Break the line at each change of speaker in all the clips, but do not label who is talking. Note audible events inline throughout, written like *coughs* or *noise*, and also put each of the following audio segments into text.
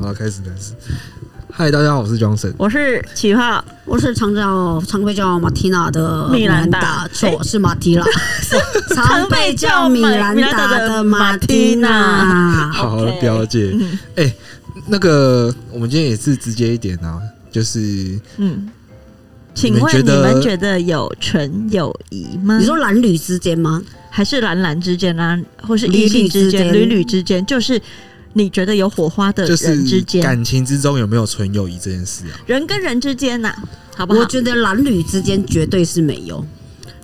好，开始开始。嗨，大家好，我是 Johnson。
我是起泡，
我是常叫常被叫马蒂娜的
米兰达
达，错是马蒂娜， *laughs* 常被叫
常被叫
米兰
米兰达
达
的
的马蒂娜。
好
OK
了解。
嗯
哎、那个，我们今天也是直接一点啊，就是
嗯，请
你们
问
觉
你
得
们觉得有纯友谊吗？
嗯你说男女之间吗？
还是蓝蓝之间啊，或是
侣
异性
侣
之
之
间、
间
侣侣之间，就是你觉得有火花的
就是
人之间，
感情之中有没有纯友谊这件事啊？
人跟人之间呐、好不好？
我觉得男女之间绝对是没有，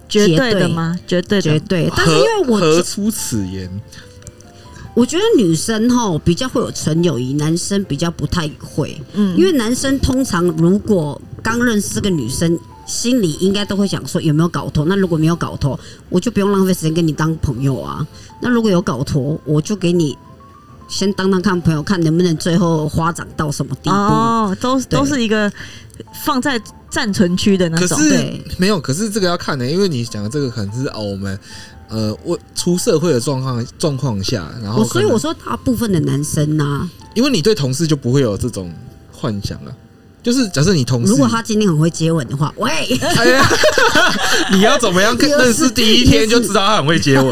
绝
绝
对的
对
吗？绝对
绝
的。
对。哎但是因为
何何
我
出此言？
我觉得女生吼比较会有纯友谊，男生比较不太会。
嗯，
因为男生通常如果刚认识这个女生，心里应该都会想说有没有搞头。那如果没有搞头，我就不用浪费时间跟你当朋友啊。那如果有搞头，我就给你先当当看朋友，看能不能最后花长到什么地步。
哦，都
对
都是一个放在暂存区的那
可
种。
是
对
没有，可是这个要看的、因为你讲的这个可能是哦，我们呃，我出社会的状况状况下，然后
我哦所以
可能
我说，大部分的男生啊呐、
因为你对同事就不会有这种幻想啊。就是假设你同事，
如果他今天很会接吻的话，喂，
哎呀， *laughs* 你要怎么样跟
也是
认识第一天就知道他很会接
*laughs*
吻？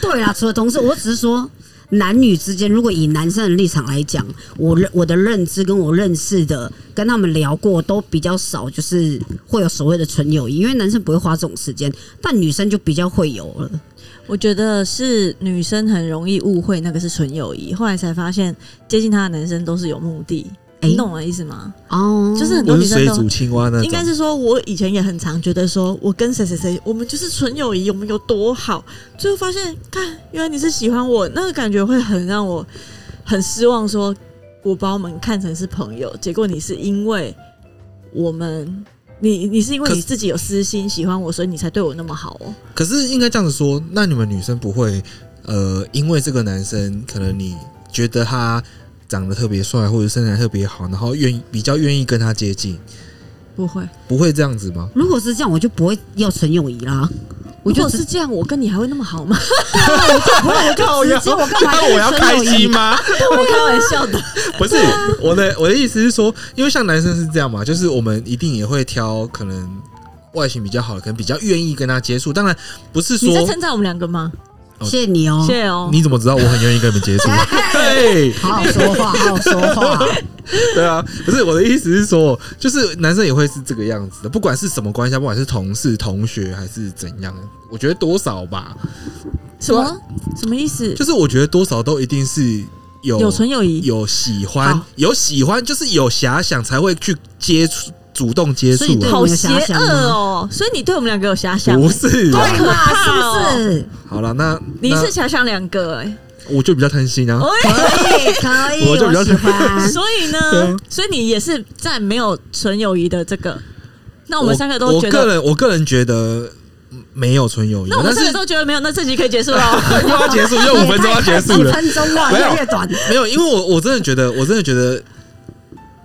对啦，除了同事，我只是说男女之间，如果以男生的立场来讲，我认我的认知跟我认识的跟他们聊过都比较少，就是会有所谓的纯友谊，因为男生不会花这种时间，但女生就比较会有了。
我觉得是女生很容易误会那个是纯友谊，后来才发现接近她的男生都是有目的。
哎
你懂我的意思吗？
哦，
就是很多
温
女生
水
都
煮青蛙那种，
应该是说，我以前也很常觉得说，我跟谁谁谁，我们就是纯友谊，我们有多好。最后发现，看，原来你是喜欢我，那个感觉会很让我很失望说我把我们看成是朋友，结果你是因为我们，你你是因为
可
你自己有私心喜欢我，所以你才对我那么好哦。
可是应该这样子说，那你们女生不会呃，因为这个男生可能你觉得他长得特别帅，或者身材特别好，然后愿意比较愿意跟他接近，
不会，
不会这样子吗？
如果是这样，我就不会要纯友谊啦。
我
我
如
就
果
直
是这样，我跟你还会那么好吗？ *laughs* 啊
靠
直接我干嘛跟
*laughs*
你纯友谊？
*laughs*
吗？
我开玩笑的。
不是我的我的意思是说，因为像男生是这样嘛，就是我们一定也会挑可能外形比较好的，可能比较愿意跟他接触。当然不是
你
说
在称赞我们两个吗？
谢谢你哦、
谢谢哦。
你怎么知道我很愿意跟你们接
*laughs*
触？对
好好说话，好好说 *laughs* 话。
对啊，不是我的意思是说，就是男生也会是这个样子的，不管是什么关系啊，不管是同事、同学还是怎样，我觉得多少吧，
什么什么意思？
就是我觉得多少都一定是有
有纯友谊，
有喜欢
好，
有喜欢就是有遐想才会去接触，主动接触
所以你对
啊、
我
好
们有
邪
遐想
恶
吗
哦！所以你对我们两个有遐想欸、
不是啊
对嘛？
好可怕哦
是不是？
好了，那
你是哦
那
遐想两个哎、
我就比较贪心啊，
可以，可以，
我就比较
喜欢。
所以
对
呢，所以你也是在没有纯友谊的这个。那我们三个都
我
觉
个
得，
人我个人觉得嗯没有纯友谊
那，我们
但
三个
是
都觉得没有，那这集可以结束
*laughs*
了。
又要结束，又五分钟要结束
一
了。
分钟了，
没
越
有
来越短。
没有，因为我我真的觉得，我真的觉得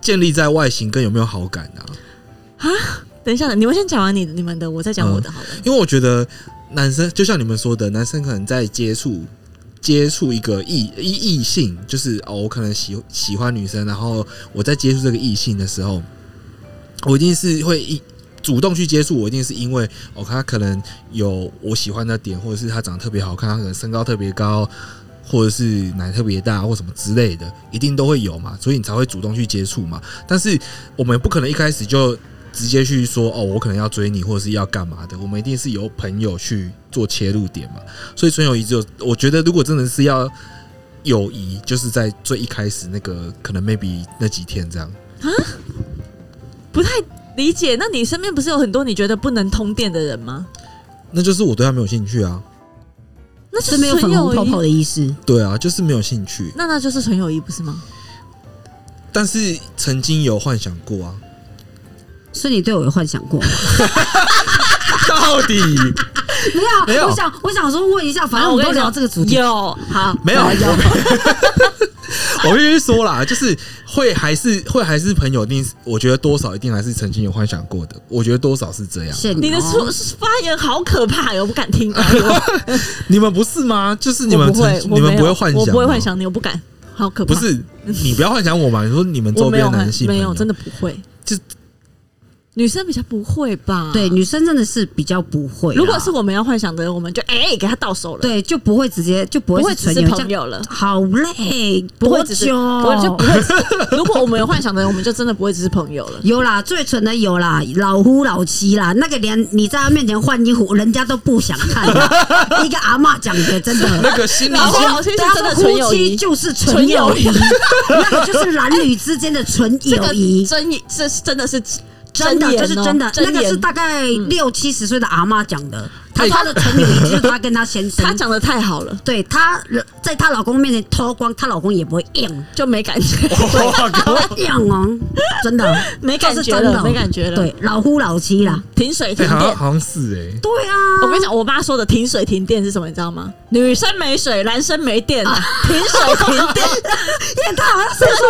建立在外形跟有没有好感啊，
等一下，你们先讲完你你们的，我再讲
嗯
我的好了。
因为我觉得男生就像你们说的，男生可能在接触接触一个异异异性，就是哦，我可能喜喜欢女生，然后我在接触这个异性的时候，我一定是会一。主动去接触我，一定是因为哦，他可能有我喜欢的点，或者是他长得特别好看，他可能身高特别高，或者是奶特别大，或什么之类的，一定都会有嘛，所以你才会主动去接触嘛。但是我们不可能一开始就直接去说哦，我可能要追你，或者是要干嘛的，我们一定是由朋友去做切入点嘛。所以纯友谊只有，我觉得如果真的是要友谊，就是在最一开始那个可能 maybe 那几天这样。
不太理解，那你身边不是有很多你觉得不能通电的人吗？
那就是我对他没有兴趣啊，
那就是
是没有粉
纯
红
友
泡
谊
泡，的意思。
对啊，就是没有兴趣。
那那就是纯友谊，不是吗？
但是曾经有幻想过啊，
所以你对我有幻想过吗？
*laughs* 到底
没
没有
有，我想我想说问一下，啊反正我们都聊这个主题，
有好，
没有
啊有
*laughs* 我必须说啦，就是会还是会还是朋友，一定是我觉得多少一定还是曾经有幻想过的，我觉得多少是这样。
谢谢
你的
哦
出发言好可怕哟，我不敢听。
你们不是吗？就是你
我
们
不会，
曾
我
你们
没
不会
有
幻想，
我不会幻。想你，我不敢。好可怕！
不是你不要幻想我嘛？你说你们
我
周
没
边
有
的
很
男性
没有，真
的
的不会。
就
女生比较不会吧？
对，女生真的是比较不会啦。啊
如果是我们要幻想的人，我们就哎、给他到手了，，
对，就不会直接就不
不
会
会只
是纯
是
友这
朋
样
友了。
好累，
不会
多
只是
久
我就不会
*laughs*
只。如果我们有幻想的人，我们就真的不会只是朋友了。
有啦，最蠢的有啦，老夫老妻啦，那个连你在他面前换衣服，人家都不想
*laughs*
看啦。一个阿嬷讲的，真的。
那个心理
老夫老妻是
对啊
真的
夫
纯友谊
妻就是纯友谊，那个就是男女之间的纯
这个
友谊，
真这是真的是真嗯
真的就是真的。那个是
大
大概六七十岁的阿嬷讲的，她
哎
她的纯友谊就是她跟她先
他
生，
讲的太好了，
对她在她老公面前脱光，她老公也不会硬，
就没感
*laughs*
觉，
哇
不会硬哦，
*laughs*
真的，
没感
这是
觉
真的哦
了，没感觉了。，
对，老夫老妻啦，
停水停
哎，好
电
像。好像是哎，
对啊，
我跟你讲，我妈说的停水停电是什么，你知道吗？女生没水，男生没电啊，停水停电。
也太好像谁说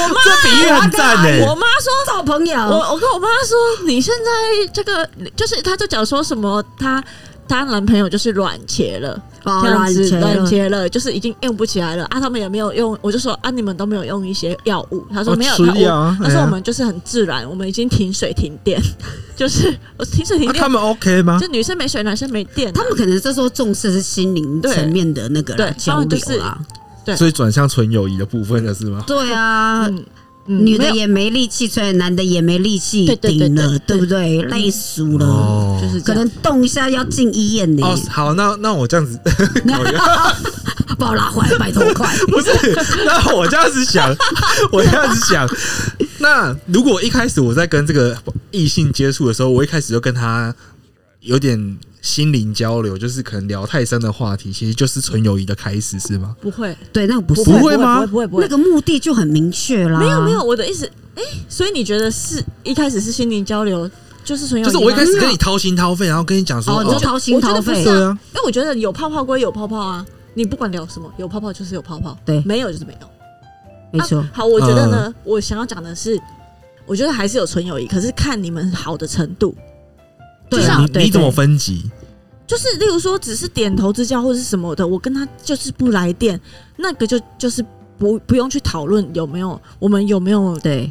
*laughs* 我
*laughs*
妈啊
这比喻很啊赞哎
我妈说。
找朋友，
我我跟我妈说，你现在这个就是，她就讲说什么，她她男朋友就是软切了，
哦
这样子
软切了
软切了，就是已经用不起来了啊。他们也没有用，我就说啊，你们都没有用一些药物，她说
哦
没有，
吃
她我
药啊
她说
哎呀
我们就是很自然，我们已经停水停电， *laughs* 就是我停水停
那
电
啊他，们 OK 吗
就？女生没水，男生没电啊，
他们可能这时候重视是心灵
对
层面的那个啦
对
交流
嗯
啦，
对
所以转向纯友谊的部分了是吗？
对啊。
嗯嗯
女
没
的
有
也没力气吹，男的也没力气
对对对
顶了，
对
对不对？累死了，
哦
就是这
可
样
能动一下要进医院呢。
哦，好，那那我这样子，
*laughs* 把我拉回来，拜托快！
不是，那我这样子想， *laughs* 我这样子想，那如果一开始我在跟这个异性接触的时候，我一开始就跟他有点心灵交流，就是可能聊太深的话题，其实就是纯友谊的开始，是吗？
不会
对，那个不是
不会吗
不会不会
那。个目的就很明确啦。哦
没有没有，，我的意思，哎、所以你觉得是一开始是心灵交流，就是纯友谊
就是
吗？
我一开始跟你掏心掏肺，然后跟你讲说，
哦，你就掏心
我觉
掏
得不
肺
是，
对
啊
啊，
因为我觉得有泡泡归有泡泡啊，你不管聊什么，有泡泡就是有泡泡，
对
没有就是没有。
没错
啊。好，我觉得呢，我想要讲的是，我觉得还是有纯友谊，可是看你们好的程度。
对
就
啊
像
你你怎么？分级？
就是例如说，只是点头之交或者是什么的，我跟他就是不来电，那个就就是不不用去讨论有没有我们有没有
对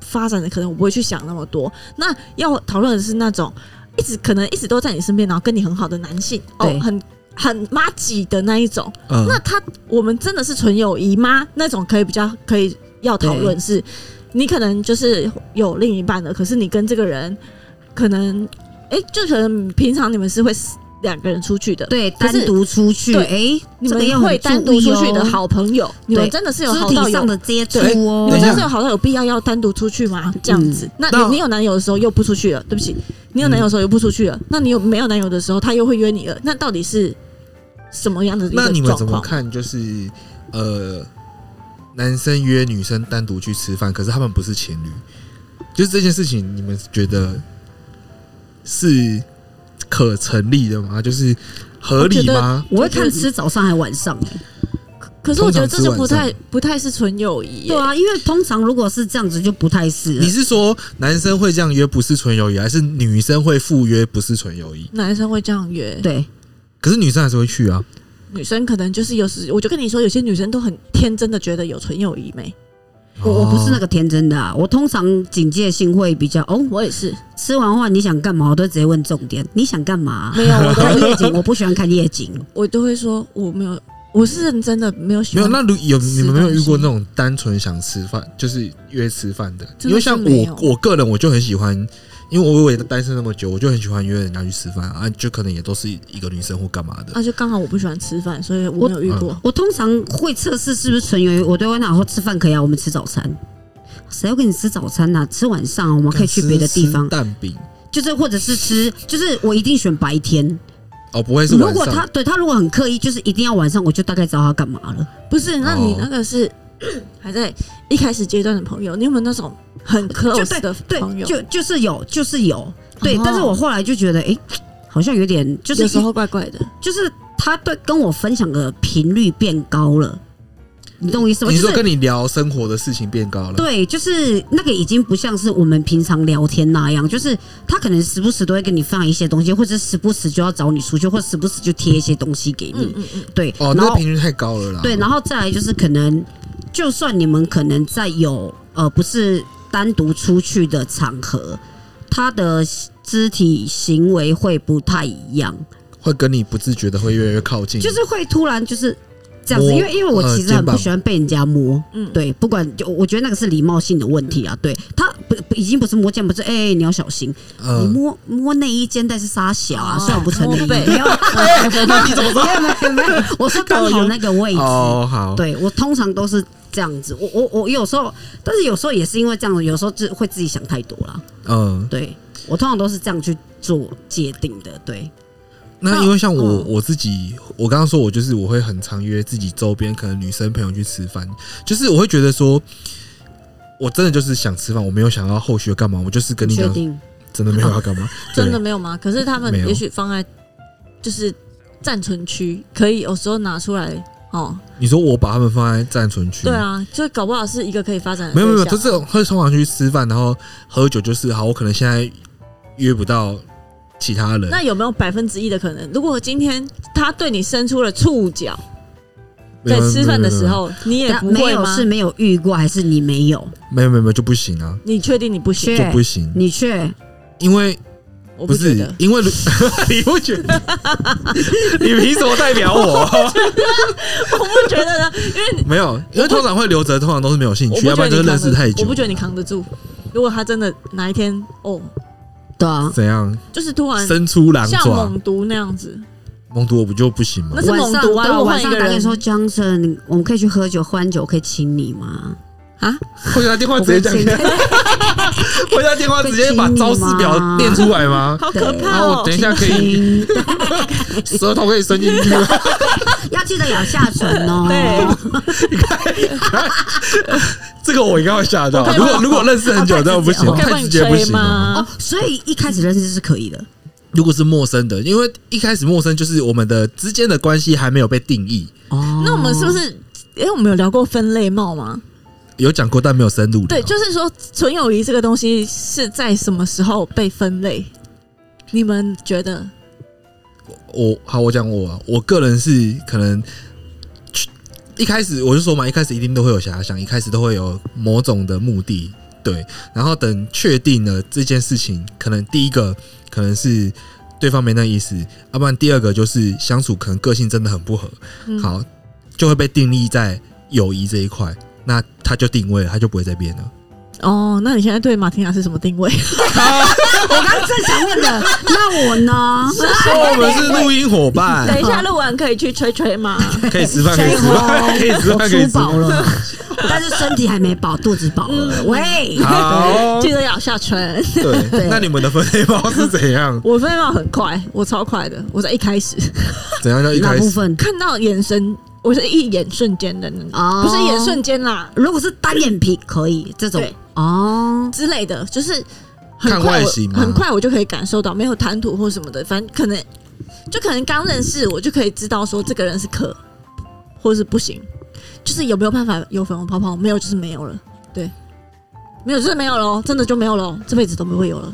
发展的，可能我不会去想那么多。那要讨论的是那种一直可能一直都在你身边，然后跟你很好的男性，哦
对，
很很妈几的那一种。
嗯，
那他我们真的是纯友谊吗？那种可以比较可以要讨论是，你可能就是有另一半的，可是你跟这个人可能，哎、就可能平常你们是会两个人出去的，
对对，
可是
单独出去，
对
哎，
你
这个要
们
很
会单
注
独
意
出
哦
去的好朋友，你们
对
真的是有
肢
好到
体
有
上的接触
对等
你
哦
们
一
这
下
样是有好到有必要要单独出去吗？这样子，那
那
你你有男友的时候又不出去了，对不起，你有男友的时候又不出去了，那你有没有男友的时候他又会约你了，那到底是什么样的一
那
个
你们
状
怎么
况？
看？就是呃，男生约女生单独去吃饭，可是他们不是情侣，就是这件事情，你们觉得是可成立的吗？就是合理吗？
我会看吃早上还晚上、欸。
可是我觉得
通常
这
是
就
晚
不太
上
不太是纯友谊耶，
对啊，因为通常如果是这样子就不太是了
你是说男生会这样约不是纯友谊，还是女生会赴约不是纯友谊？
男生会这样约，
对，
可是女生还是会去啊。
女生可能就是有时，我就跟你说，有些女生都很天真的觉得有纯友谊没，
哦
我我不是那
个，
个天真的啊，我通常警戒性会比较哦。
我也是
吃完饭你想干嘛，我都直接问重点。你想干嘛？
没有，
*laughs*
我
看
都
夜景，我不喜欢看夜景。
我都会说我没有，我是认真的没有喜
没有。
欢，
那如有
吃
你们没有遇过
东西
那种单纯想吃饭，就是约吃饭的？
真的
因为像
是没有
我我个人我就很喜欢，因为我我也单身那么久，我就很喜欢约人家去吃饭啊，就可能也都是一个女生或干嘛的。
那、
哦
就刚好我不喜欢吃饭，所以我没有遇过。
我通常会测试是不是纯友谊，我对我讲说吃饭可以啊，我们吃早餐。谁要跟你吃早餐呐、吃晚上啊、我们可以去别的地
吃
方，
蛋饼
就是或者是吃，就是我一定选白天。
哦，不会是
如
晚
果他
上？
对他如果很刻意，就是一定要晚上，我就大概知道他干嘛了。
不是，那
哦
你那个是、 *coughs* 还在一开始阶段的朋友，你有没有那种很
就
close 的
对
朋
对，
友？
就就是有，就是有，对。
哦
但是我后来就觉得，诶，好像有点，就是
有时候怪怪的，
就是他对跟我分享的频率变高了，你懂我意思吗？
你
就
说
是
跟你聊生活的事情变高了，
对，就是那个已经不像是我们平常聊天那样，就是他可能时不时都会跟你放一些东西，或者时不时就要找你出去，或时不时就贴一些东西给你。
嗯嗯嗯，
对，
哦，
然
那
后
频率太高了啦。
对，然后再来就是可能，就算你们可能在有呃不是单独出去的场合，他的肢体行为会不太一样，
会跟你不自觉的会越来越靠近，
就是会突然就是这样子，
嗯摸
因为因为我
呃
其实很
肩
不
膀
喜欢被人家摸，
嗯
对，不管就我觉得那个是礼貌性的问题啊，对他不不已经不是摸肩，不是哎、你要小心，你
嗯，
摸摸内衣肩带是沙小啊，
哦
虽然我不成年，
摸背 *laughs*
没有，那你怎么说？ *laughs* 没有没有没有，我说刚好那个位置，
哦，好，
对我通常都是这样子，我我我有时候，但是有时候也是因为这样子，有时候就会自己想太多了。
嗯，
对我通常都是这样去做界定的，对，
那因为像我
嗯
我自己，我刚刚说我就是我会很常约自己周边可能女生朋友去吃饭，就是我会觉得说，我真的就是想吃饭，我没有想要后续要干嘛，我就是跟你
确
讲，
定
真的没有要
*laughs*
干嘛，
真的
对
没有吗？可是他们
没有
也许放在就是暂存区，可以有时候拿出来哦。
你说我把他们放在暂存区，
对，啊，就搞不好是一个可以发展的
没有没有，没有
对
就
象
这种会通常去吃饭，然后喝酒，就是好，我可能现在约不到其他人，
那有没有百分之一的可能？如果今天他对你伸出了触角，
没
在
有
吃饭的时，候，你也
但
不
没
会
有
吗
是？没有遇过，还是你没有？
没有没有没有没有没有就不行啊，
你确定你不行？
就
确
不行，
你确
因为
我
不
觉
是 *laughs*
得。
因为如你不觉得？ *laughs* 你凭什么代表我？
我不觉得呢，
没有，因为通常会留着，通常都是没有兴
我
趣，
不
要不
觉
然
得
就
你
是认
扛
识太
得，
久。
我不觉得你扛得住。如果他真的哪一天哦，
对啊，
怎样
就是突然
伸出狼
像
爪，
猛毒那样子，
蒙读我不就不行吗
那？是
晚
猛
上
毒啊
对
如果
晚
换一
上
个
打给
人
你说，Johnson，我们可以去喝酒，喝完酒我可以亲你吗？
或者他电话直接讲给
我
他， *laughs* 或者他电话直接把招式表
啊
念出来吗？
*laughs* 好可
对
然
怕
后我
哦
等！一下可以
亲
舌头可以伸进去，
要记得咬下唇哦。
*laughs* 对，
*laughs* 这个我应该会吓到
我。可以
如
帮
果如果认识很久，
我可以
那不行
我，可以
太
帮
直
你
接不
吹
行哦。
吗
哦？，所以一开始认识是可以的，
如果是陌生的，因为一开始陌生就是我们的之间的关系还没有被定义，
哦。
那我们是不？是？因为我们有聊过分类帽吗？
有讲过但没有深入聊。
对，就是说纯友谊这个东西是在什么时候被分类？你们觉得？
我好，我讲我啊，我个人是可能一开始我就说嘛，一开始一定都会有遐想，一开始都会有某种的目的，对。然后等确定了这件事情，可能第一个可能是对方没那意思，要不然第二个就是相处可能个性真的很不合，
嗯
好就会被定义在友谊这一块，那他就定位了，他就不会再变了。
哦，那你现在对马天雅是什么定位？ *laughs*
我刚刚正想
*laughs*
问的，那我呢？
说哦我们是录音伙 *laughs*
啊等
伴
一，下录完可以去吹吹吗？
可以吃饭，可以
吹
吃饭，可以吃
我
饭，可以
出
吃
饱
饭。
了，但是身体还没饱，肚子饱
嗯
了。喂，
*laughs* *laughs*
*laughs*
好，
记得咬下唇。？
对，那你们的分类包是怎样
我分类帽很快，我超快的，我在一开始
怎样叫一
哪
开
部
始？
分？
看到眼神，我是一眼瞬间的那种，
哦
不是一眼瞬间啦
如果是单眼皮可以这种
对
哦，
之类的，就是很
看
快
外
我
形吗
很快我就可以感受到，没有谈吐或什么的，反正可能就可能刚认识，我就可以知道说这个人是可或是不行，就是有没有办法有粉红泡泡，没有就是没有了，对。没有，就是没有喽，真的就没有喽，这辈子都不会有了。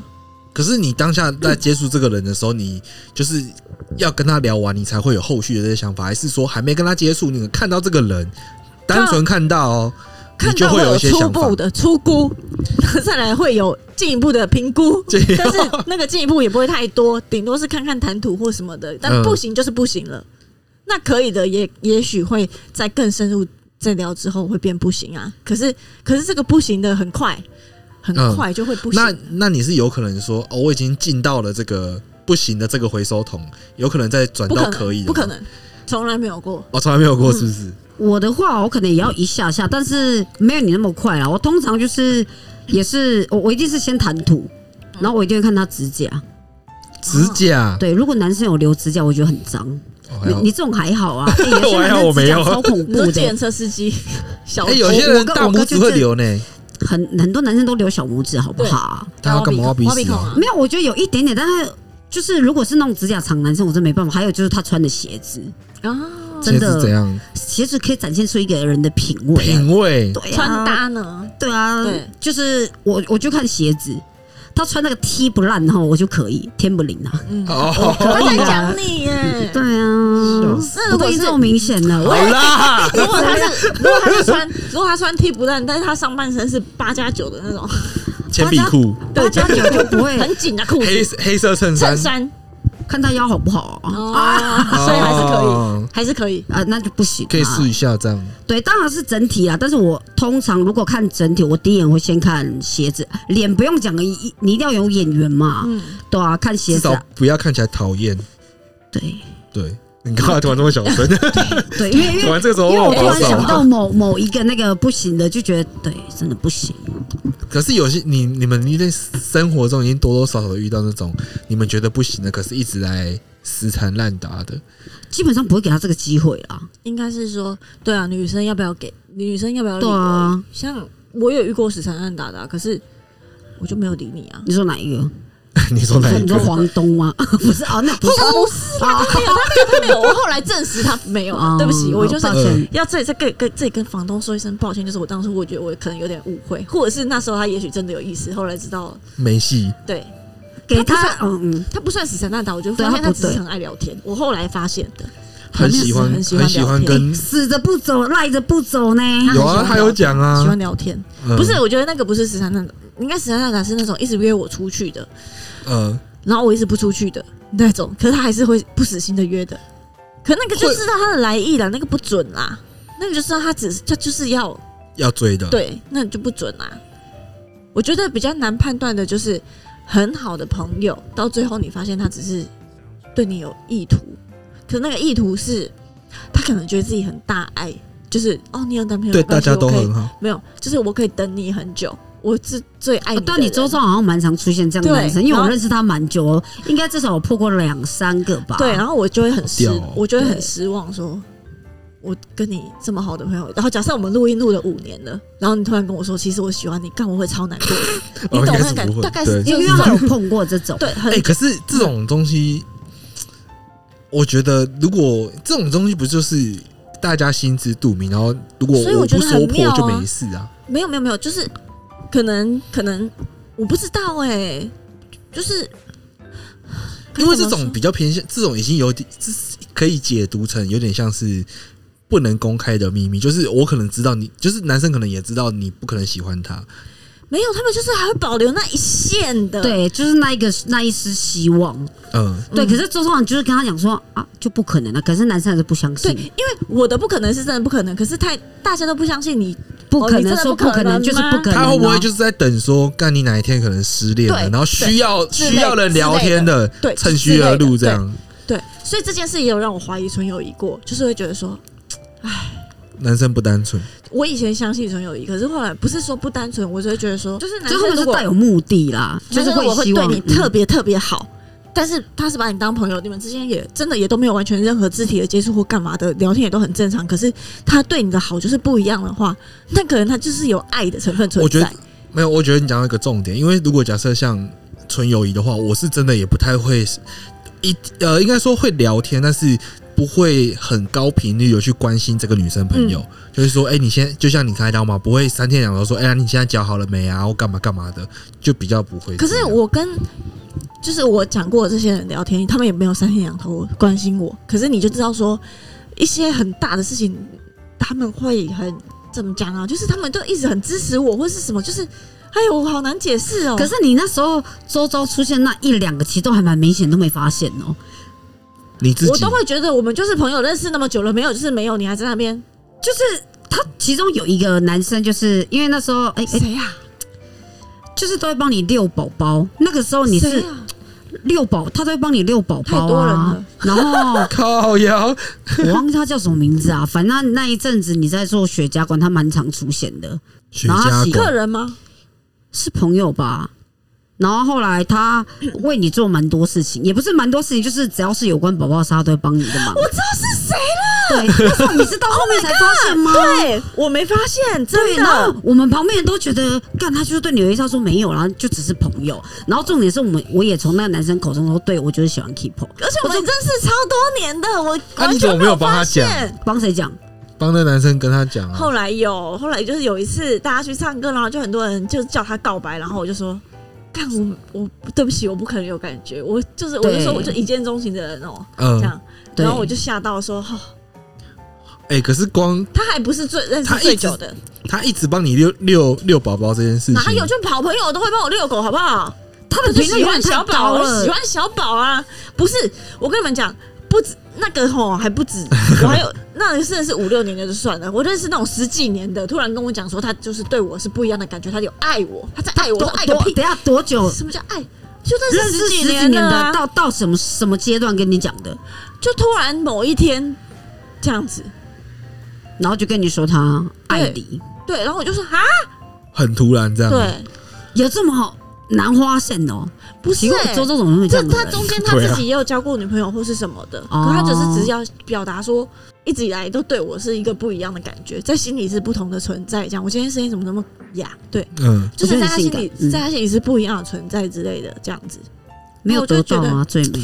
可是你当下在接触这个人的时候，你就是要跟他聊完，你才会有后续的这些想法，还是说还没跟他接触，你看到这个人，单纯看到哦，你
看
就
到
会
会
有一些
初
想法
步？的初估， *laughs* 再来会有进一步的评估，
*laughs* 这样
但是那个进一步也不会太多，顶多是看看谈吐或什么的，但
嗯
不行就是不行了。那可以的也也许会在更深入再聊之后会变不行啊。可是可是这个不行的很快，很
嗯
快就会不行。
那那你是有可能说，哦，我已经进到了这个不行的这个回收桶，有可能再转
不可
到
能，
以的，
不可，能，从来没有过。
我从来没有过，是不是？
我的话，我可能也要一下下，但是没有你那么快啊啦。我通常就是也是我我一定是先谈吐，
嗯
然后我一定会看他指甲。
指甲，
对，如果男生有留指甲，我觉得很脏。
哦还
你
好
你这种还
*laughs*
好啊，哎有些
我还好
男
我
生
没
指甲
有
超恐
你说
怖
计程
的，
车司机，小
哎，有
偷
些
我
人
跟
大
我哥
拇指
就
会
是
留呢，
很很多男生都留小拇指，好不好啊？
他要干嘛？
挖
挖
鼻
鼻
孔
屎
挖鼻孔
哦
啊。
没有，我觉得有一点点，但是就是如果是那种指甲长男生，我真没办法。还有就是他穿的鞋子，
啊，
鞋
真
子怎
的
样？哎
鞋子可以展现出一个人的品味啊。
品味
对啊，
穿
*laughs*
搭呢？
对啊，
对
就是我我就看鞋子，他穿那个踢不烂哈，我就可以天不灵啊。
哦，
我在讲你
*laughs*
耶。
对啊，
那
我
如
都
果
已经
是
这么明显了，
好
我
啦，
如果他是如果他是穿如果他穿 T 不烂，但是他上半身是八加九的那种，
铅笔裤、
*laughs* 八加九就不会
很紧的裤
黑
子、
黑色衬衫
衬，衫，
看他腰好不好啊。
哦，所以还是可以
哦，
还是可以。
啊，那就不行、啊。
可以试一下这样。
对，当然是整体啦。但是我通常如果看整体，我第一眼会先看鞋子，脸不用讲了，一你一定要有眼缘嘛。
嗯
对啊，看鞋
至
子、
少
啊。
不要看起来讨厌。
对
对，你干嘛突然这么小
*laughs*
声？
对，因为因
突
为
然这个时候
因为
我
我突
保
然想
守。
到某某一个那个不行的，就觉得对，真的不行。
可是有些你你们一定生活中已经多多少少遇到那种你们觉得不行的，可是一直来死缠烂打的。 *laughs*
基本上不会给他这个机会啦。
应该是说，对啊，女生要不要给？女生要不要理
对？啊，
像我有遇过死缠烂打的啊，可是我就没有理你啊。
你说哪一个？
你说哪一
你
个
说？黄东
*laughs*
吗？不是哦，那不是
哎不是啊，他没有，他没有，他没有。我后来证实他没有啊，
哦
对不起，我就是
抱
嗯
歉。
要这里再跟跟这里跟房东说一声抱歉，就是我当初我觉得我可能有点误会，或者是那时候他也许真的有意思，后来知道了，
没戏。
对他
给
不
他，嗯嗯，
他不算死缠烂打，我就
对
发现他
他不
只是
对
很爱聊天，我后来发现的，
很喜欢，
很喜欢
很喜欢
聊天
跟
死着不走，赖着不走呢。
有啊，
很喜欢
他有讲
喜
啊
欢，聊天，
嗯
不是，我觉得那个不是死缠烂打，应该死缠烂打是那种一直约我出去的，
呃，
然后我一直不出去的那种，可是他还是会不死心的约的，可那个就
会
知道他的来意了，那个不准啦，那个就知道他只是他就是要
要追的。，
对，那就不准啊。我觉得比较难判断的就是很好的朋友，到最后你发现他只是对你有意图，可那个意图是他可能觉得自己很大爱，就是哦，你有男朋友
对
没关
大
系
家都
我可以
很好。
没有，就是我可以等你很久，我是最爱你
哦
的人、
但你周遭好像蛮常出现这样的
对
男生，因为
然
我
后
认识他蛮久哦，应该至少我破过两三个吧。
对，然后我就会很失
好屌哦，
我就会很失望说。我跟你这么好的朋友，然后假设我们录音录了五年了，然后你突然跟我说，其实我喜欢你，干我会超
*laughs*
难过的，你
哦
懂
应该
那
是
感
不，会
大概
对
是
因
就
为
是
他
这
有
种
碰过这种，
对，很
哎、可是这种东西，我觉得如果这种东西不就是大家心知肚明，然后如果
所以我觉
不
得
说
很妙
破
啊
就没事啊。
没有没有没有，就是可能可能我不知道哎、就是
因为这
怎么
种
说
比较偏向，这种已经有点，这是可以解读成有点像是不能公开的秘密。就是我可能知道你，就是男生可能也知道你不可能喜欢他，
没有，他们就是还会保留那一线的，，
对，就是那一个那一丝希望。
嗯，
对，可是周遭人就是跟他讲说啊，就不可能了，可是男生还是不相
对，
信，
因为我的不可能是真的不可能，可是太大家都不相信你，
不可
哦你真
能
的
说
不可
可能
能
就是不可能哦。
他会不会就是在等说，干你哪一天可能失恋了，
对
然后需要
之类
需要人聊天的，
对
趁虚而入这样？
对，所以这件事也有让我怀疑纯友谊过，就是会觉得说。
男生不单纯，
我以前相信纯友谊，可是后来不是说不单纯，我只会觉得说，就是男
就
生
是他们
如
是
果
带有目的啦，就
就是是我
希
会对
望嗯
你特别特别好，但是他是把你当朋友，你们之间也真的也都没有完全任何肢体的接触或干嘛的，聊天也都很正常。可是他对你的好就是不一样的话，那可能他就是有爱的成分存在。
我觉得没有，我觉得你讲到一个重点，因为如果假设像纯友谊的话，我是真的也不太会一呃，应该说会聊天，但是不会很高频率有去关心这个女生朋友，就是说，哎、你现在就像你开刀嘛，不会三天两头说，哎、呀，你现在脚好了没啊，或干嘛干嘛的，就比较不会这
可
样。
是我跟就是我讲过的这些人聊天，他们也没有三天两头关心我。可是你就知道说，一些很大的事情，他们会很怎么讲啊？就是他们都一直很支持我，或是什么，就是哎呦，我好难解释哦。
可是你那时候周遭出现那一两个，其实都还蛮明显，都没发现哦。
你自己，
我都会觉得我们就是朋友，认识那么久了，没有就是没有，你还在那边
就是他其中有一个男生，就是因为那时候哎、哎
谁呀？
就是都会帮你遛宝宝，那个时候你
谁
是
啊
遛宝，他都会帮你遛宝宝
太多人
啊
了。
然后
靠腰，
我忘记他叫什么名字啊，反正那那一阵子你在做雪茄馆，他蛮常出现的，
雪
然后他
茄
洗
个
馆，
人吗？
是朋友吧？然后后来他为你做蛮多事情，也不是蛮多事情，就是只要是有关宝宝的事，他都会帮你的忙。
我知道是谁了，
对，那时候你是到后面才发现吗？
对我没发现，真
对，然后
的。
我们旁边人都觉得，干他就是对你有意思，他说没有，然后就只是朋友。然后重点是我们，我也从那个男生口中说，对我就是喜欢 Keepo。
而且我们认识超多年的，我
啊
完
你怎么
全
没有帮
发
他讲
现。
帮谁讲？
帮那男生跟他讲啊，
后来有，后来就是有一次大家去唱歌，然后就很多人就叫他告白，然后我就说。干我我对不起，我不可能有感觉，我就是我就
对
说我就一见钟情的人哦、这
嗯，
样，
对
然后我就吓到说，哦，
哎，可是光
他还不是最认识
他一直
最久的，
他一直帮你遛遛遛宝宝这件事情，
哪有就好朋友都会帮我遛狗，好不好？
他
我
的
就
评论
喜欢
有点
小
太
宝，
高
我喜
了。
欢小宝啊，不是，我跟你们讲，不止那个吼，还不
*laughs*
止，我还有那个真的是五六年的就算了，我认识那种十几年的，突然跟我讲说他就是对我是不一样的感觉，他有爱我，他在爱我，
多
我爱个
多，
屁！
等一下多久？
什么叫爱？就
认
认识
识
几
十几
年
年
了
的，
啊、
到到什么什么阶段跟你讲的？
就突然某一天这样子，
然后就跟你说他爱你，
对，然后我就说啊，
很突然
嗯
这样，，
对，
有这么好兰花线哦？
不是、
奇怪，
欸，
周周总会
这
这样的
他
人
中间他自己也有交过女朋友或是什么的，
哦
可他只是只是要表达说，一直以来都对我是一个不一样的感觉，在心里是不同的存在。这样，我今天声音怎么那么哑？对，
嗯，
就是在他心里
我觉得很性感，嗯
在他心里是不一样的存在之类的，这样子。
没有得到
我就觉
啊，最美。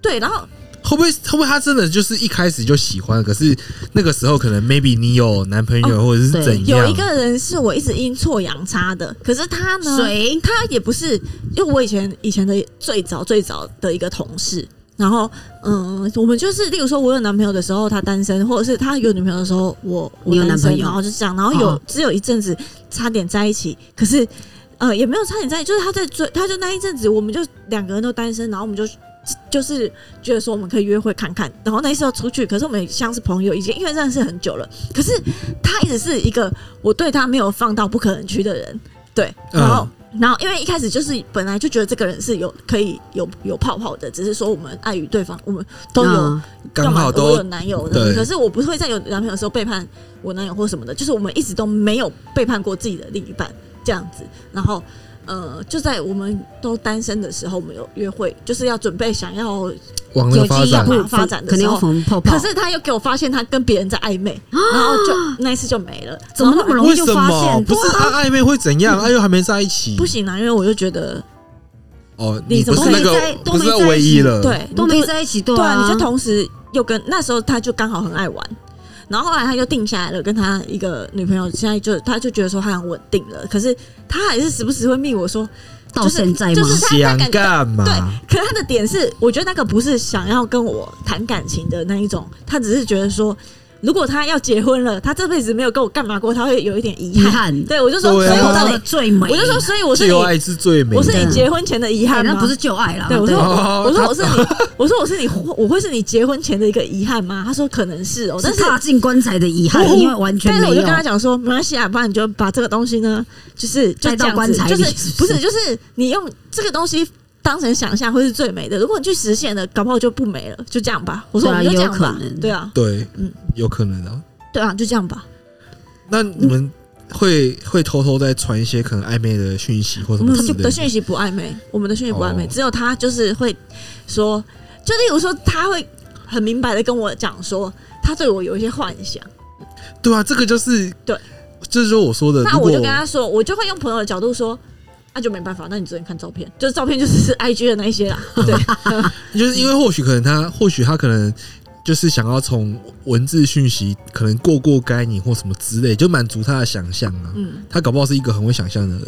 对，然后
会不会会不会他真的就是一开始就喜欢，可是那个时候可能 maybe 你有男朋友或者是
对
怎样，
哦有一个人是我一直阴错阳差的，可是他呢，
谁
他也不是，因为我以前以前的最早最早的一个同事，然后嗯，我们就是例如说我有男朋友的时候他单身，或者是他有女朋友的时候我我
你有
单
男
身
朋友
然后就这样，然后有、
哦
只有一阵子差点在一起，可是呃也没有差点在一起，就是他在追，他就那一阵子我们就两个人都单身，然后我们就。就是觉得说我们可以约会看看，然后那一次要出去，可是我们也像是朋友，已经因为认识很久了，可是他一直是一个我对他没有放到不可能区的人，对，
嗯
然后。然后，因为一开始就是本来就觉得这个人是有可以有有泡泡的，只是说我们碍于对方，我们都有
嗯
刚好
干嘛我有
都
男友
对
的，可是我不会在有男朋友的时候背叛我男友或什么的，就是我们一直都没有背叛过自己的另一半这样子。然后，呃，就在我们都单身的时候，我们有约会，就是要准备想要，
往那个发
有机要
展啊
不，然发展的时候
肯定要缝泡泡。
可是他又给我发现他跟别人在暧昧，然后就那一次就没了，
怎么那么容
为
易就
什
发
么
现？
不是啊暧昧会怎样？啊又还没在一起，
不行啊？因为我就觉得
哦，
你
你不
怎么
是那
可以在
个
都
不
没
是那
在一
唯
起
一了，
对，
都没
你就
在一起，对
对啊，
啊，
你就同时又跟那时候他就刚好很爱玩，然后后来他就定下来了，跟他一个女朋友，现在就他就觉得说他很稳定了，可是他还是时不时会密我说，
到现在
就
吗？
是他
想
他感
干嘛？
对，可是他的点是，我觉得那个不是想要跟我谈感情的那一种，他只是觉得说。如果他要结婚了，他这辈子没有跟我干嘛过，他会有一点遗
遗
憾。
憾
对，我就说，所
对啊
以我
到
到
了
底，
最美，
我就说，所以我是
旧
你，
爱是最美的，
我是你结婚前的遗
哎
憾吗？
那不是旧爱啦。
对，我说
哦
我我说我是你，
*laughs*
我说我是你，我会是你结婚前的一个遗憾吗？他说可能是哦，但
是哦
是
踏进棺材的遗憾，因为完全
但是
没
我就
有
跟。他讲说，没关系啊，不然你就把这个东西呢，就是就
带
这
到
样
棺
子，
材
就
里
是
是不
不
是
是就是你用这个东西当成想象会是最美的，如果你去实现了，搞不好就不美了，就这样吧。我说
对
我
啊
们就这
也有
样吧
可能，
对啊，
对，
嗯
有可能啊。
对啊，就这样吧。
那你们会会偷偷再传一些可能暧昧的讯息或什么
我们
之类
的
的？
讯息不暧昧，我们的讯息不暧昧，
哦
只有他就是会说，就例如说他会很明白的跟我讲说，他对我有一些幻想。
对啊，这个就是
对，
这就是我说的。
那
如
我
果
就跟他说，我就会用朋友的角度说，那、就没办法，那你只能看照片，就是照片就是 I G 的那一些啊啦。对，
就是因为或许可能他，或许他可能就是想要从文字讯息可能过过该你或什么之类，就满足他的想象啊。
嗯
他搞不好是一个很会想象的人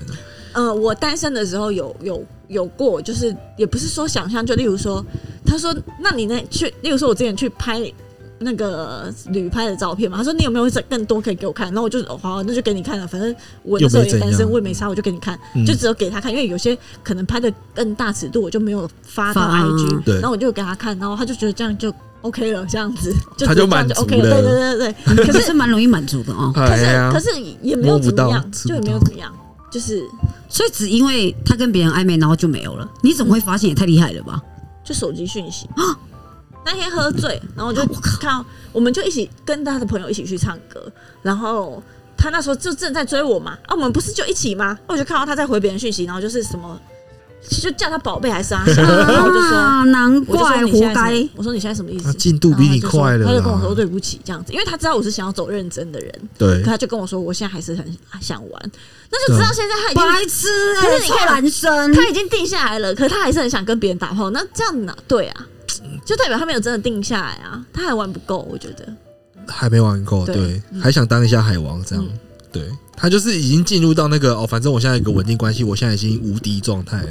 啊、
呃，我单身的时候有有有过，就是也不是说想象，就例如说，他说，那你那去，例如说我之前去拍。那个旅拍的照片嘛，他说你有没有更多可以给我看？然后我就哦好，那就给你看了。反正我那时候
又没
也单
怎
身，
样
我也没差，我就给你看，
嗯
就只有给他看，因为有些可能拍的更大尺度，我就没有发到
发
嗯
IG，
对
然后我就给他看，然后他就觉得这样就 OK 了，这样子，就
他
只
就
有这样
满
就
足
OK 了，
了
对对对对。
可是蛮容易满足的哦。
可
哎呀
是可是也没有怎么
摸不到
样，
吃不
就
到
也没有怎么样，就是
所以只因为他跟别人暧昧，然后就没有了，你怎么会发现？也太厉害了吧！
就手机讯息。啊那天喝醉，然后我就看到，我们就一起跟他的朋友一起去唱歌，然后他那时候就正在追我嘛，啊，我们不是就一起吗？我就看到他在回别人讯息，然后就是什么就叫他宝贝还是啥，然后我就说。
啊，难
我就说
怪，
你现
活
在
该
什么。我说你现在什么意
他
思？
进度比你快了
然
啦
后他就说他就跟我说对不起这样子，因为他知道我是想要走认真的人，
对
可，他就跟我说我现在还是很想玩，那就知道现在他已经
白痴欸，
可是你看
臭男生，
他已经定下来了，可是他还是很想跟别人打炮，那这样哪对啊？就代表他没有真的定下来啊，他还玩不够，我觉得。
还没玩够，
对嗯
对，还想当一下海王这样，对他就是已经进入到那个哦，反正我现在有一个稳定关系，我现在已经无敌状态了，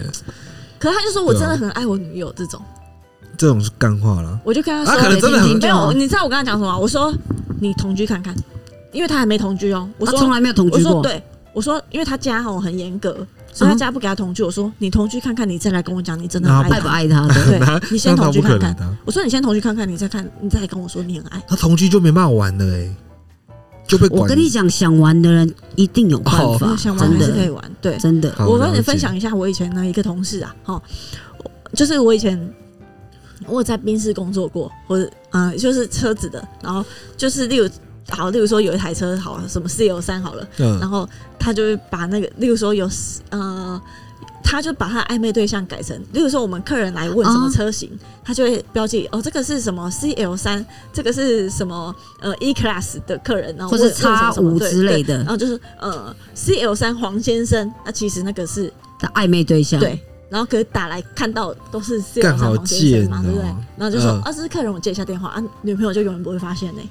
可是他就说我真的很爱我女友这种，
这种是干话了。
我就跟他
他
说，
啊
可能真的很
没
就好
有，你知道我跟他讲什么吗？我说你同居看看，因为他还没同居哦。我
他
说
从来没有同
我
居
说
过。
对，我说因为他家哦很严格，所以他家不给他同居。我说你同居看看，你再来跟我讲，你真的很
那
爱
爱不
他。
爱他的？
对
那，
你先
那
同
他
居
不可
看
能
看。
的啊，
我说你先同居看看，你再看，你再来跟我说你很爱。
他同居就没办法玩了哎，就被管。
我跟你讲，想玩的人一定有办法，
哦
想玩
真
还是可
的
以玩，对。
真的。
好
我
了
跟你
解
分享一下我以前的一个同事啊，哈，我就是我以前我有在宾士工作过，或者啊、呃就是车子的，然后就是例如好，例如说有一台车好了，什么 C L 三好了，然
嗯，
后他就会把那个，例如说有十呃，他就把他的暧昧对象改成，例如说我们客人来问什么
啊
车型，他就会标记哦，这个是什么 CL 三，这个是什么呃 E Class 的客人，然后
或是
问问什么什么
X5
对
之类
对
的
然后就是呃 CL 三黄先生，那其实那个是
的暧昧对象，。
对。然后可是打来看到都是 CL
干
三
好
黄先生嘛，
贱哦
对不对？然后就说
嗯
啊，这是客人，我借一下电话啊，女朋友就永远不会发现呢、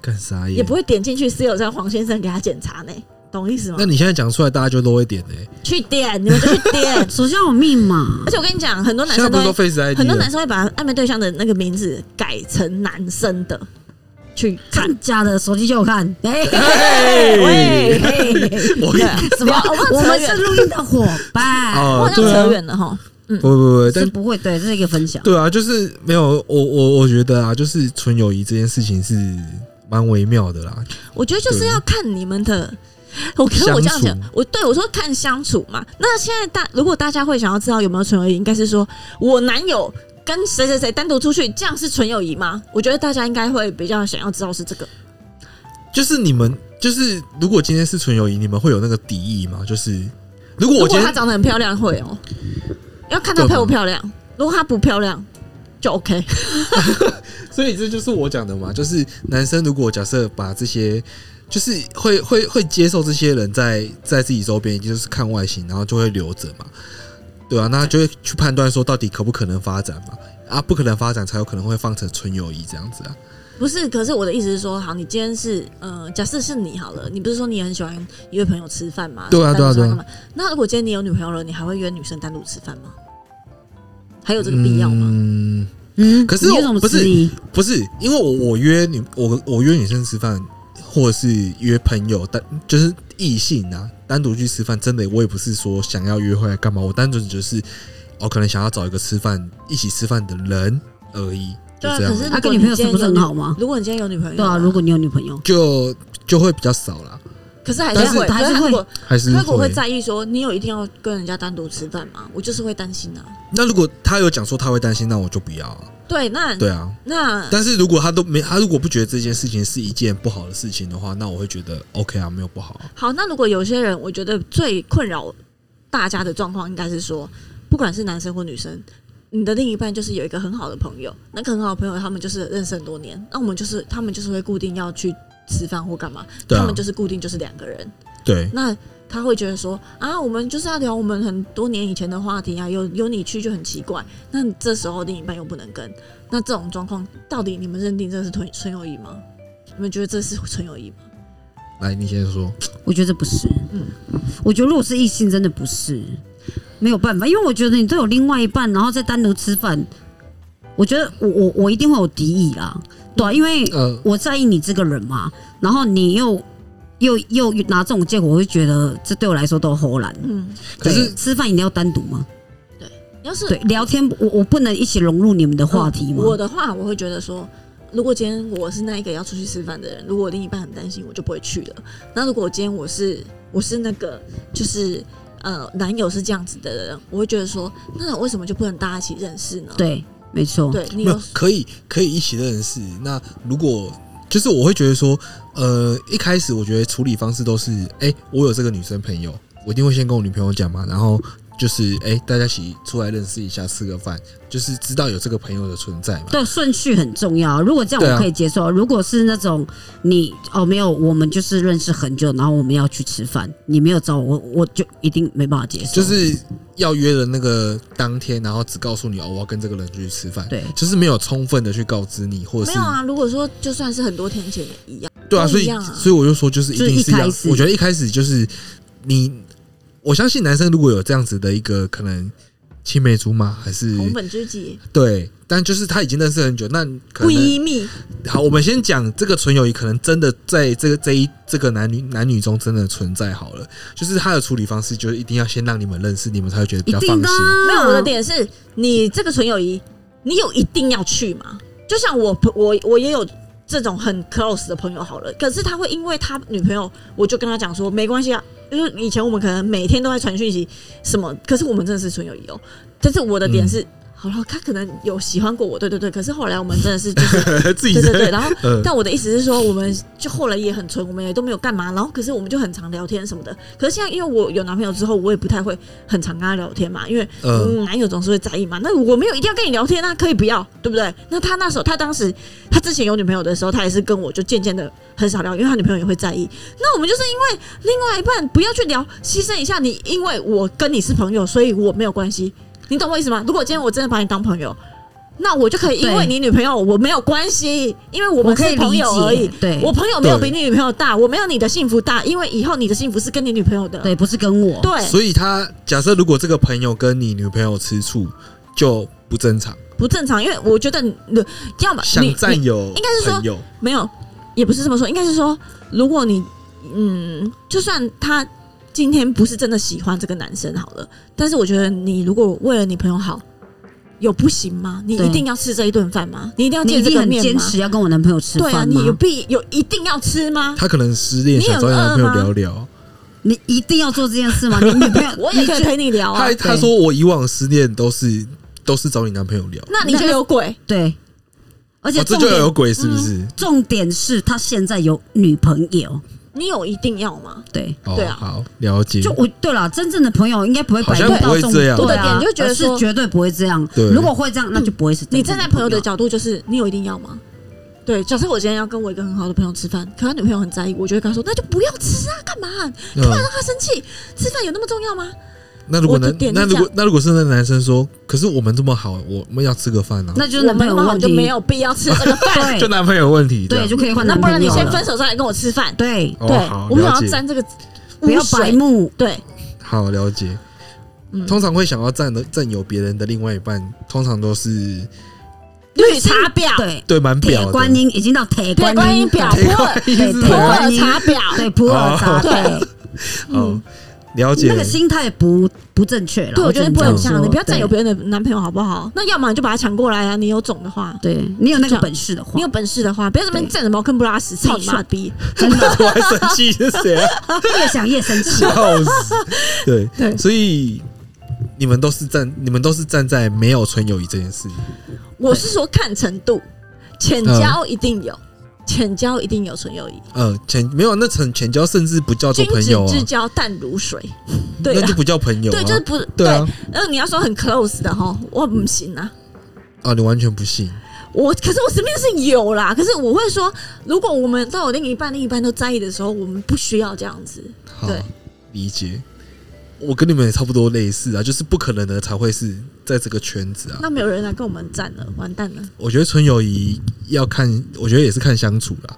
干啥
也不会点进去 CL 三黄先生给他检查呢、懂意思吗
那？你现在讲出来，大家就都会点哎，
去点，你们就去
*laughs*
点
首先有密码
而，且我跟你讲，很多男
现在
生
不
都
是都
会
Face 啊 ID
很多男
了，
生会把暧昧对象的那个名字改成男生的去看。
真假的手机就有看。
*laughs*
哎，
嘿
喂，
*laughs* 我
对
跟
啊
*laughs*
什么
不要？
我
我
们
们
是
扯远
录音的伙伴，
哦
我好，像
对啊
扯，远了哈。
不不不，但
是不会对，这是一个分享。
对啊，就是没有我我我觉得啊，就是纯友谊这件事情是蛮微妙的啦。
我觉得就是要看你们的。我可是我这样
相
讲
处，
我对我说看相处嘛。那现在大如果大家会想要知道有没有纯友谊，应该是说我男友跟谁谁谁单独出去，这样是纯友谊吗？我觉得大家应该会比较想要知道是这个。
就是你们，就是如果今天是纯友谊，你们会有那个敌意吗？就是如果
如
我
果
今
她
天
长得很漂亮，会哦，要看她漂不漂亮。如果她不漂亮，就 OK。
所以这就是我讲的嘛，就是男生如果假设把这些，就是会会会接受这些人在在自己周边，就是看外形，然后就会留着嘛，对啊，那就会去判断说到底可不可能发展嘛，啊，不可能发展才有可能会放成纯友谊这样子啊，
不是，可是我的意思是说，好，你今天是，呃，假设是你好了，你不是说你很喜欢约朋友吃饭吗？
对啊
单独吃饭
对啊对啊
干嘛。那如果今天你有女朋友了，你还会约女生单独吃饭吗？还有这个必要吗？
嗯，
嗯，
可是
你
我
有什么
不是
质疑？
不是，因为我我约女我我约女生吃饭，或者是约朋友单就是异性啊，单独去吃饭，真的我也不是说想要约会来啊干嘛，我单纯就是我可能想要找一个吃饭一起吃饭的人而已，就
对啊，
这样
可
而
是
已，
他
如
跟
果
女
你
朋友
今天
是不是
有
很
女
好吗？
如果你今天有女朋
嗯
友，
对啊，如果你有女朋友，
就就会比较少啦，
可是还
但
是
是
会，
还
可
是
他
会
如果
还是
他如果
会
会。在意说你有一定要跟人家单独吃饭吗？我就是会担心啊。
那如果他有讲说他会担心，那我就不要、啊，
对，那
对啊。
那
但是如果他都没，他如果不觉得这件事情是一件不好的事情的话，那我会觉得 OK 啊，没有不好、啊。
好，那如果有些人，我觉得最困扰大家的状况，应该是说，不管是男生或女生，你的另一半就是有一个很好的朋友，那个很好的朋友，他们就是认识很多年，那我们就是他们就是会固定要去吃饭或干嘛，
对
他
啊
们，就是固定就是两个人，
对，
那。他会觉得说啊，我们就是要聊我们很多年以前的话题啊，有有你去就很奇怪。那你这时候另一半又不能跟，那这种状况，到底你们认定这是纯纯友谊吗？你们觉得这是纯友谊吗？
来，你先说。
我觉得不是。
嗯
我觉得如果是异性，真的不是没有办法，因为我觉得你都有另外一半，然后再单独吃饭，我觉得我我我一定会有敌意啦，对啊、因为
呃，
我在意你这个人嘛，然后你又又又拿这种借口，我就觉得这对我来说都齁懒。
嗯，
可
对
是
吃饭一定要单独吗？
要是
对，聊天我我不能一起融入你们的话题吗？
我的话，我会觉得说，如果今天我是那一个要出去吃饭的人，如果我另一半很担心，我就不会去了。那如果今天我是我是那个就是呃男友是这样子的人，我会觉得说，那为什么就不能大家一起认识呢？
对，啊没错。
对，你
没
有
有可以可以一起认识。那如果就是我会觉得说，呃，一开始我觉得处理方式都是，哎、我有这个女生朋友，我一定会先跟我女朋友讲嘛，然后就是哎、诶大家一起出来认识一下，吃个饭，就是知道有这个朋友的存在嘛。
对，顺序很重要。如果这
对
样
啊
我可以接受。如果是那种你哦没有，我们就是认识很久，然后我们要去吃饭，你没有找我，我就一定没办法接受。
就是要约的那个当天，然后只告诉你哦，我要跟这个人去吃饭，
对
就是没有充分的去告知你，或者
没
是
有啊。如果说就算是很多天前也一样，
对啊，
不
所
一
以
样啊
所以我就说，就是一定是
就是一
要，
开始
我觉得一开始就是你，我相信男生如果有这样子的一个可能青梅竹马，还是
红本知己
对，但就是他已经认识很久，那可
不
能
依密，
好，我们先讲这个纯友谊，可能真的在这个这一这个男女男女中真的存在好了，就是他的处理方式就是一定要先让你们认识，你们才会觉得比
一
较放
定的
心。
啊、
没有我的点是你这个纯友谊，你有一定要去吗？就像我朋我我也有这种很 close 的朋友好了，可是他会因为他女朋友，我就跟他讲说没关系啊，就是以前我们可能每天都在传讯息什么，可是我们真的是纯友谊哦。但是我的点是。好了，他可能有喜欢过我，对对对。可是后来我们真的是就是
自己
对对
在
对，然后
嗯
但我的意思是说，我们就后来也很纯，我们也都没有干嘛，然后可是我们就很常聊天什么的。可是现在因为我有男朋友之后，我也不太会很常跟他聊天嘛，因为、
嗯
嗯、男友总是会在意嘛。那我没有一定要跟你聊天啊，可以不要，对不对？那他那时候，他当时他之前有女朋友的时候，他也是跟我就渐渐的很少聊，因为他女朋友也会在意。那我们就是因为另外一半不要去聊，牺牲一下你，因为我跟你是朋友，所以我没有关系，你懂我意思吗？如果今天我真的把你当朋友。那我就可以因为
对
你女朋友我没有关系，因为我
我
们
可
是
以
朋
理
友而已
解。，对，
我朋友没有
对
比你女朋友大，我没有你的幸福大，因为以后你的幸福是跟你女朋友的。
对不是跟我，
对，
所以他假设如果这个朋友跟你女朋友吃醋，就不正常，
不正常，因为我觉得你，要么
想
你
占有
应该是说
朋友，
没有，也不是这么说，应该是说，如果你嗯，就算他今天不是真的喜欢这个男生好了，但是我觉得你如果为了你朋友好，有不行吗？你
对
一定要吃这一顿饭吗？你一定要
你一
见啊这
定
个
很
面
坚
吗？
持要跟我男朋友吃
对啊，
饭
你
吗？
有必有一定要吃吗？
他可能失恋
你有
想找你男朋友
饿吗，
聊聊。
你一定要做这件事吗？你女朋友
*laughs* 我也可以陪你聊啊
他，他说我以往失恋都是都是找你男朋友聊，
那你就有鬼。
对，而且
哦，这
重
就
点、
有鬼是不
嗯
是？
重点是他现在有女朋友，
你有一定要吗？
对，
哦
对，啊
好了解。
就我对了，真正的朋友应该不会
好
摆
像
渡
不
到
会
重
这样
对
我
啊，
的点就觉得
而是
说嗯
绝对不会这样。
对
如果会这样，那就不会是
你
真
站
正
在
的
朋
朋
友
友
的角度，就是你有一定要吗？对，假设我今天要跟我一个很好的朋友吃饭，可他女朋友很在意，我就会跟他说：“那就不要吃啊，干嘛、
嗯
让他生气？吃饭有那么重要吗？
那如果
我的
男
点是
那如
这样
果那如果是那男生说，可是我们这么好，我们要吃个饭啊，
那就是
我
男朋
们
友
根
问
本就
题，
没有必要吃这
*laughs*
个饭。
就
对
男朋友问题这
对，
样
就可以换
那
男
不
朋友
然
了。
你先分手再来跟我吃饭。
对，
哦
对，
好
我不
了
想要
解，
沾这个
不要
污水
白目。
对，
好了解。
嗯
通常会想要占的占有别人的另外一半，通常都是
绿茶婊、
对，
对蛮
铁
表
观
的，
音已经到铁
铁观音婊、
铁
普
*laughs* 啊
洱、普
对铁
洱
观音，
茶婊，
对普洱茶，对
哦，了解
*laughs*
那。个心态不不正确了。
对我觉得
只
不
能
能
这
这
样
样，
说
你不要占有别人的男朋友好不好？那要么你就把他抢过来啊，你有种的话。”
对对你有那
这
个
样
本事的话
你有，本事的话，不要在那边
对
站着茅坑不拉屎，操你妈的逼！
真
*laughs*
的
我还生气是谁啊？
越想越生气。
笑死！对
对
所以你们都是站，你们都是站在没有纯友谊这件事。
我是说看程度，
嗯
浅交一定有，浅交一定有纯友谊，
呃，前没有那成全交，甚至不叫做
君
朋
子
友啊
之，交淡
*laughs*
如水。对
那
啊
就，不叫朋友啊。
对，就是不
对啊，
然后你要说很 close 的哈，我不行啊。
啊，你完全不信。
我可是我身边是有啦，可是我会说，如果我们都有另一半，另一半都在意的时候，我们不需要这样子。
好
对，
理解。我跟你们也差不多类似啊，就是不可能的才会是在这个圈子啊。
那没有人来跟我们站了，完蛋了。
我觉得纯友谊要看，我觉得也是看相处啦。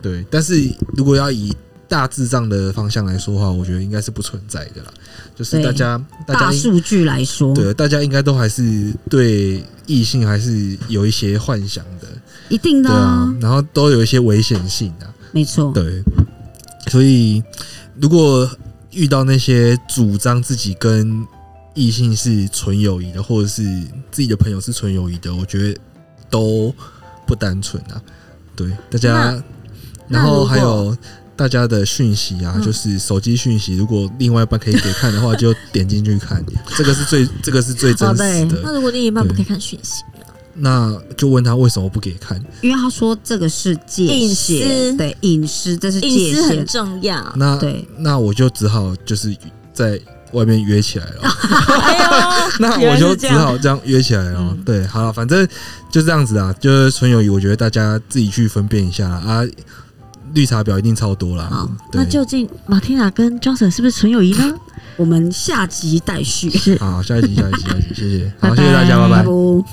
对，但是如果要以大致上的方向来说的话，我觉得应该是不存在的啦。就是
对
大家，大
大
家应
数据来说，
对大家应该都还是对异性还是有一些幻想的，
一定的
对啊
啊，，
然后都有一些危险性啊。
没错。
对，所以如果遇到那些主张自己跟异性是纯友谊的，或者是自己的朋友是纯友谊的，我觉得都不单纯啊。对，大家，
那
然
如
后
果嗯
还有大家的讯息啊，就是手机讯息，如果另外一半可以给看的话，就点进去
*laughs*
看，这个是最这个是最真实
哦
的。
那如果另一半不
对
可以看讯息，
那就问他为什么不给看？
因为他说这个是界
隐
限，
私
对隐私，这是
隐
界
私很
限，
重要。
那
对
那我就只好就是在
外面约起来了，
*laughs*
哎 *laughs* 呦，
那
原
我
来
就是只
这样
好这样约起来了。
嗯
对，好了，反正就这样子啊，就是纯友谊，我觉得大家自己去分辨一下啦啊。绿茶婊一定超多啦
好，，
对
那究竟马蒂娜跟 Johnson 是不是纯友谊呢？
我们下集待续。
是，
好，下一集，下一集，下一集，谢谢，好，
拜
谢谢大家，拜
拜
拜。
不。